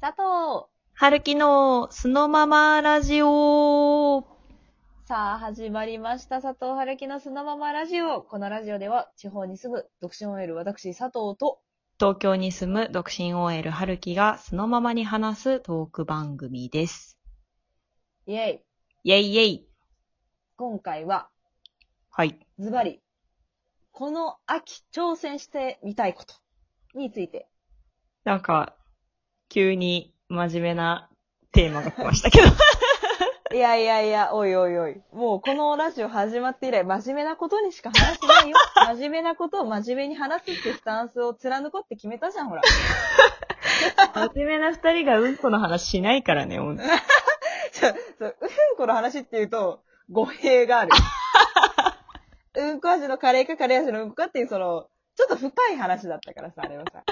佐藤春樹のそのままラジオ。さあ、始まりました。佐藤春樹のそのままラジオ。このラジオでは、地方に住む独身 OL 私、佐藤と、東京に住む独身 OL 春樹がそのままに話すトーク番組です。イェイ。イェイイェイ。今回は、はい。ズバリ、この秋挑戦してみたいことについて。なんか、急に真面目なテーマが来ましたけど。いやいやいや、おいおいおい。もうこのラジオ始まって以来、真面目なことにしか話してない よ。真面目なことを真面目に話すってスタンスを貫こうって決めたじゃん、ほら。 真面目な二人がうんこの話し ないからね、ほんとちょ そううんこの話っていうと、語弊がある。うんこ味のカレーかカレー味のうんこかっていう、その、ちょっと深い話だったからさ、あれはさ。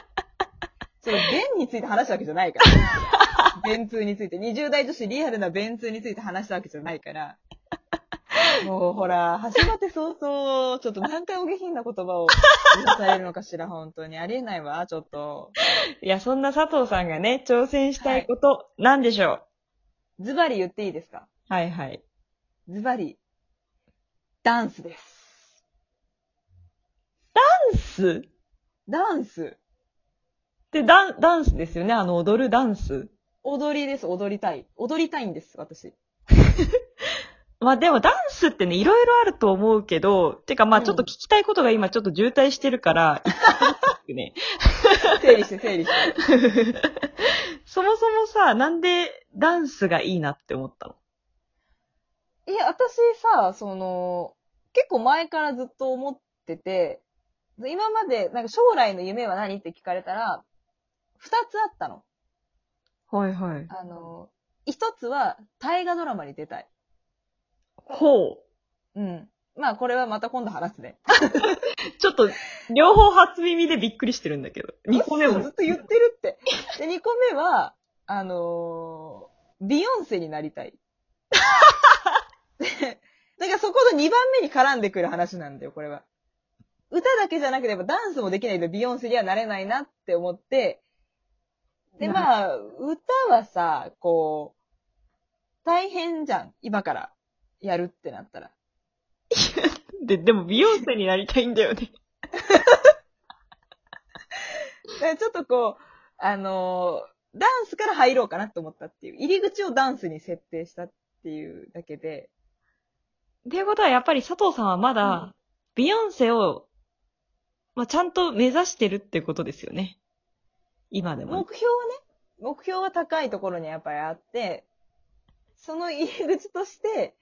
その、便について話したわけじゃないから。便通について。20代女子リアルな便通について話したわけじゃないから。もうほら、始まって早々、ちょっと何回お下品な言葉を許されるのかしら、本当に。ありえないわ、ちょっと。いや、そんな佐藤さんがね、挑戦したいこと、なんでしょズバリ言っていいですかうはいはい。ズバリ、ダンスです。ダンスダンス。で、ダン、ダンスですよね。あの、踊るダンス。踊りです、踊りたい。踊りたいんです、 私。まあでもダンスってね、いろいろあると思うけど、てかまあうんちょっと聞きたいことが今ちょっと渋滞してる から、ね、整理して、整理して。そもそもさ、なんでダンスがいいなって思ったのいや、私さ、その、結構前からずっと思ってて、今まで、なんか将来の夢は何って聞かれたら、二つあったの。はいはい。あの、一つは、大河ドラマに出たい。ほう。うん。まあ、これはまた今度話すね。ちょっと、両方初耳でびっくりしてるんだけど。2個目そうずもっ。と言ってるって。で、二個目は、あのービヨンセになりたい。でだからそこの2番目に絡んでくる話なんだよ、これは。歌だけじゃなくて、やっぱダンスもできないとビヨンセにはなれないなって思って、で、あ。まあ、歌はさ、こう、大変じゃん、今からやるってなったら。で、でもビヨンセになりたいんだよね。だからちょっとこう、あのーダンスから入ろうかなと思ったっていう。入り口をダンスに設定したっていうだけで。っていうことはやっぱり佐藤さんはまだ、ビヨンセを、まあちゃんと目指してるってことですよね。今でもね目。標はね、目標は高いところにやっぱりあって、その入り口として、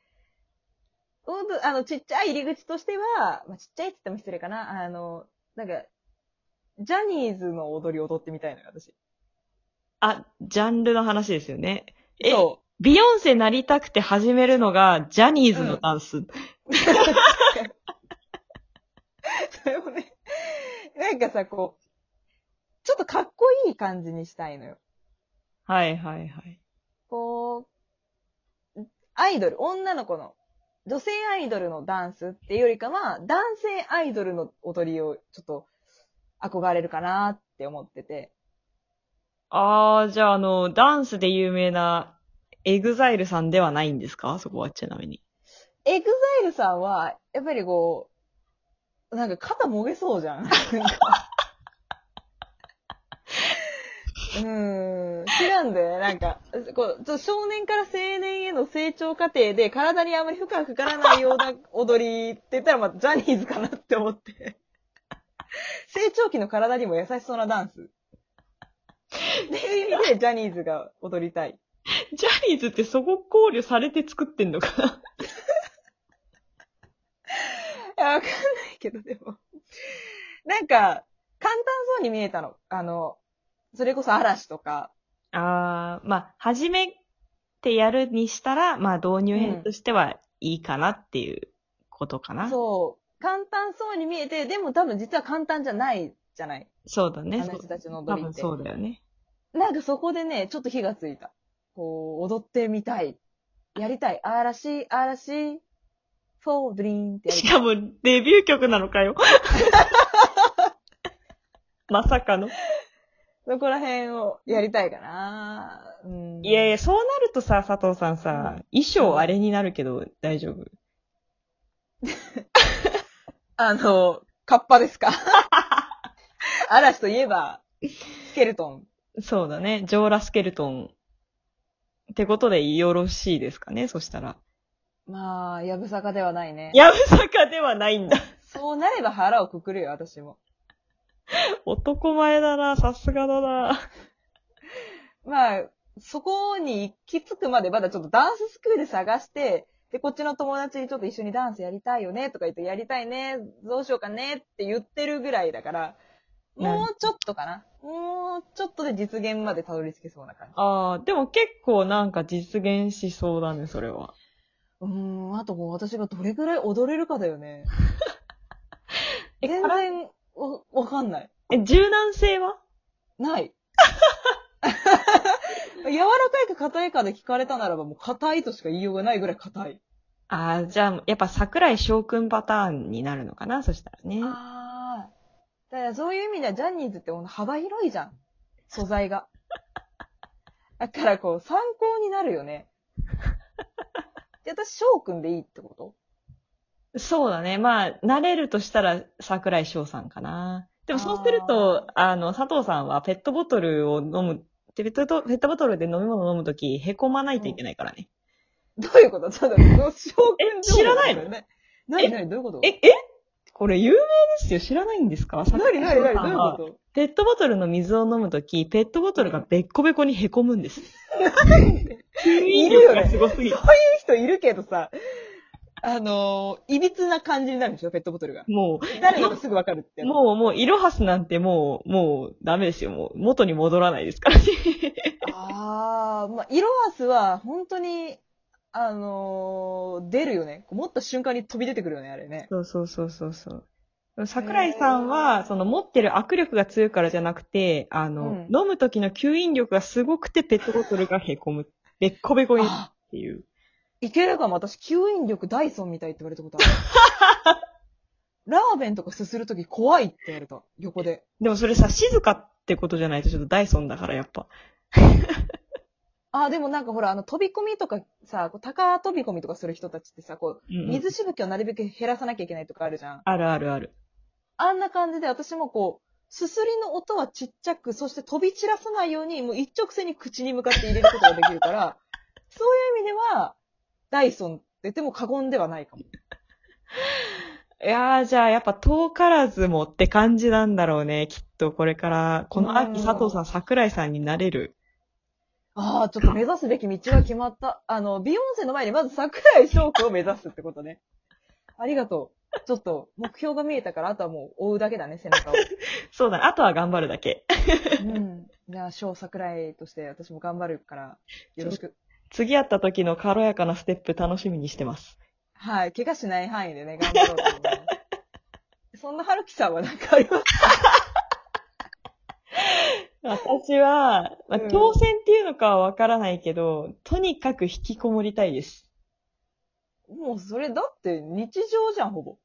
ほんとあの、ちっちゃい入り口としては、まあ、ちっちゃいって言っても失礼かな、あの、なんか、ジャニーズの踊り踊ってみたいのよ、私。あ、ジャンルの話ですよね。え、そビヨンセなりたくて始めるのが、ジャニーズのダンス。う。 それもね、なんかさ、こう、ちょっとかっこいい感じにしたいのよ。はいはいはい。こう、アイドル、女の子の、女性アイドルのダンスっていうよりかは、男性アイドルの踊りをちょっと憧れるかなって思ってて。あー、じゃああの、ダンスで有名な、エグザイルさんではないんですかそこはちなみに。エグザイルさんは、やっぱりこう、なんか肩もげそうじゃん。なんかうーん。知らんだよね。なんか、こう、ちょ少年から青年への成長過程で、体にあまり負荷がかからないような踊りって言ったら、まあ、ジャニーズかなって思って。成長期の体にも優しそうなダンス。っていう意味で、ジャニーズが踊りたい。ジャニーズってそこ考慮されて作ってんのかない や、わかんないけど、でも。なんか、簡単そうに見えたの。あの、それこそ嵐とか。 あー、まあ、始めてやるにしたら、まあ、導入編としてはいいかなっていうことかな。そう。簡単そうに見えて、でも多分実は簡単じゃないじゃない。そうだあね。のそう人たちの多踊りっ分て。そうだよね。なんかそこでね、ちょっと火がついた。こう、踊ってみたい。やりたい。嵐、嵐、フォードリーンってやりした い。かも、デ ビュー曲なのかよ。まさかの。そこら辺をやりたいかな。うん。いやいや、そうなるとさ、佐藤さんさ、衣装あれになるけど大丈夫。あの、カッパです か嵐といえば、スケルトン。そうだね。ジョーラスケルトン。ってことでよろしいですかね、そしたら。まあ、やぶさかではないね。やぶさかではないんだ。そうなれば腹をくくるよ、私も。男前だな、さすがだな。まあ、そこに行き着くまでまだちょっとダンススクール探して、で、こっちの友達にちょっと一緒にダンスやりたいよねとか言って、やりたいね、どうしようかねって言ってるぐらいだから、もうちょっとかな。もうちょっとで実現までたどり着けそうな感じ。ああ、でも結構なんか実現しそうだね、それは。うーん、あともう私がどれぐらい踊れるかだよね。え全然わ、わかんない。え、柔軟性はない。 柔らかいか硬いかで聞かれたならばもう硬いとしか言いようがないぐらい硬い。ああ、じゃあ、やっぱ桜井翔くんパターンになるのかな、そしたらね。ああ。だからそういう意味ではジャニーズって幅広いじゃん。素材 が。だからこう、参考になるよね。で、私、翔くんでいいってことそうだね。まあ、慣れるとしたら桜井翔さんかな。でもそうすると、あの、佐藤さんはペットボトルを飲む、ペットペットボトルで飲み物を飲むとき、凹まないといけないからね。どういうことちょっと、翔くん知らないのね。なになにどういうことえ、えこれ有名ですよ。知らないんですかなになになにどう桜井翔さいんうはこペットボトルの水を飲むとき、ペットボトルがべっこべこに凹むんです。いるよね吸引力がすごすぎて。と人いるけどさ、あのー、いびつな感じになるでしょペットボトルが。も誰でもすぐわかるってやう、つ。もう、もう、イロハスなんてもう、もう、ダメですよ。もう、元に戻らないですからね。ああ、まあ、色ハスは本当に、あのー出るよね。こう持った瞬間に飛び出てくるよね、あれね。そうそうそうそうそう。桜井さんは、その持ってる握力が強いからじゃなくて、あの、うん飲む時の吸引力がすごくてペットボトルがへこむ。べっこべこにっあていう。いけるかも。私、吸引力ダイソンみたいって言われたことある。ラーメンとかすするとき怖いって言われた。横で。でもそれさ、静かってことじゃないとちょっとダイソンだからやっぱ。ああ、でもなんかほら、あの、飛び込みとかさ、こう高飛び込みとかする人たちってさ、こうんうう、ん水しぶきをなるべく減らさなきゃいけないとかあるじゃん。あるあるある。あんな感じで私もこう、すすりの音はちっちゃく、そして飛び散らさないように、もう一直線に口に向かって入れることができるから、 そういう意味では、ダイソンって言っても過言ではないかも。いやー、じゃあやっぱ遠からずもって感じなんだろうね。きっとこれから、この秋うん佐藤さん、桜井さんになれる。ああ、ちょっと目指すべき道が決まった。あの、ビヨンセの前にまず桜井翔子を目指すってことね。ありがとう。ちょっと、目標が見えたから、あとはもう追うだけだね、背中を。そうだね。あとは頑張るだけ。うん。じゃあ、翔桜井として私も頑張るから、よろしく。次会った時の軽やかなステップ楽しみにしてます。はい。怪我しない範囲でね、頑張ろうと思い ます。そんな春樹さんはなんかあります私は、まあうん当選っていうのかはわからないけど、とにかく引きこもりたいです。もうそれだって日常じゃん、ほぼ。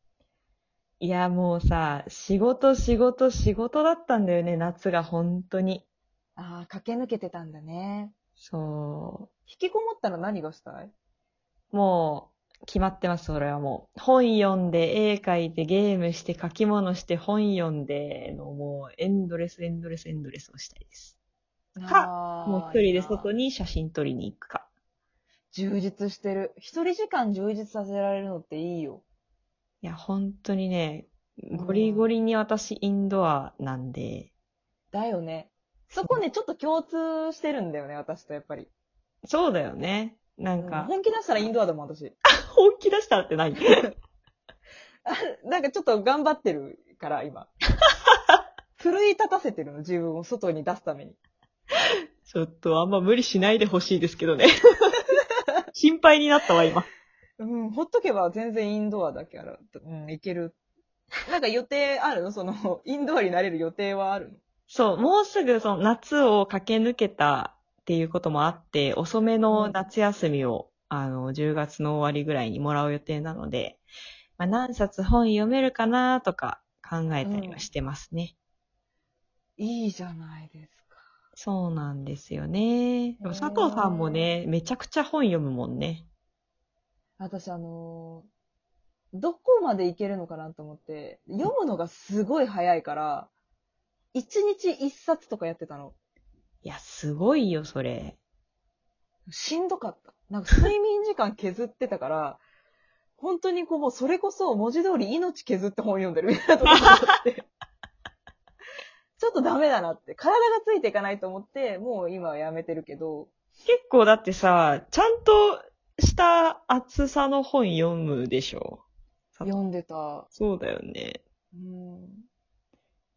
いや、もうさ、仕事、仕事、仕事だったんだよね、夏が本当に。ああ、駆け抜けてたんだね。そ。引きこもったら何がしたいうもう、決まってます、それはもう。本読んで、絵描いて、ゲームして、書き物して、本読んで、のもう、エンドレス、エンドレス、エンドレスをしたいです。かもう一人で外。に写真撮りに行くか。充実してる。一人時間充実させられるのっていいよ。いや、本当にね、ゴリゴリに私、インドアなんで、だよね。そこね、ちょっと共通してるんだよね、私とやっぱり。そうだよね。なんうんか、本気出したらインドアだもん、私。本気出したらって 何なんかちょっと頑張ってるから、 今。奮い立たせてるの、自分を外に出すために。ちょっとあんま無理しないでほしいですけどね。 心配になったわ、今。うん、ほっとけば全然インドアだから、うん、いけ る。なんか予定あるのその、インドアになれる予定はあるのそう、もうすぐその夏を駆け抜けたっていうこともあって、遅めの夏休みを、あの、10月の終わりぐらいにもらう予定なので、まあ、何冊本読めるかなとか考えたりはしてますね。いいじゃないですか。そうなんですよね。でもへー佐藤さんもね、めちゃくちゃ本読むもんね。私、あのーどこまでいけるのかなと思って、読むのがすごい早いから、1日1冊とかやってたの。いや、すごいよ、それ。しんどかった。なんか睡眠時間削ってたから、 本当にこう、もうそれこそ文字通り命削って本読んでるみたいなところがあって。 ちょっとダメだなって。体がついていかないと思って、もう今はやめてるけど。結構だってさ、ちゃんとした厚さの本読むでしょ。佐藤読んでた。そうだよね。うん。い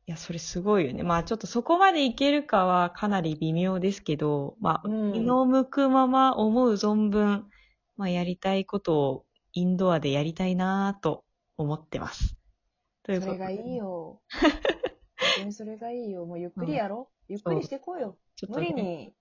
や、それすごいよね。まあちょっとそこまでいけるかはかなり微妙ですけど、まあ、うん気の向くまま思う存分、まあやりたいことをインドアでやりたいなぁと思ってます。というそことれでがいい。 よ。本当にそれがいいよ。もうゆっくりやろう。ゆっくりしてこうよ。ちょっ無とね、理に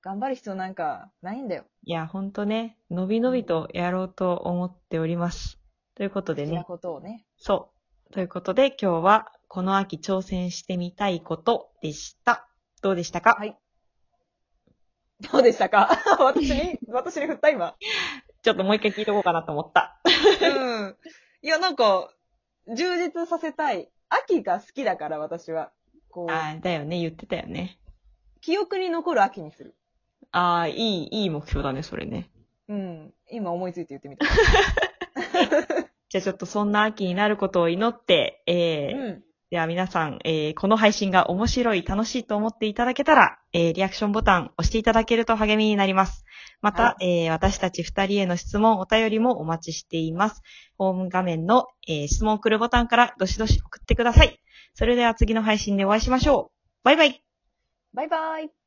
頑張る必要なんかないんだよ。いや、ほんとね、のびのびとやろうと思っております。ということで好きなね、ことをね。そう。ということで、今日は、この秋挑戦してみたいことでした。どうでしたか、はい。どうでしたか 私に、私に振った今。ちょっともう一回聞いとこうかなと思った。うん。いや、なんか、充実させたい。秋が好きだから、私は。こう、ああ、だよね、言ってたよね。記憶に残る秋にする。ああ、いい、いい目標だね、それね。うん。今思いついて言ってみた。じゃあちょっとそんな秋になることを祈って、えーうん。では皆さん、えーこの配信が面白い、楽しいと思っていただけたら、えーリアクションボタン押していただけると励みになります。また、はえー私たち二人への質問、お便りもお待ちしています。ホーム画面の、えー質問送るボタンからどしどし送ってください。それでは次の配信でお会いしましょう。バイバイバイバイ。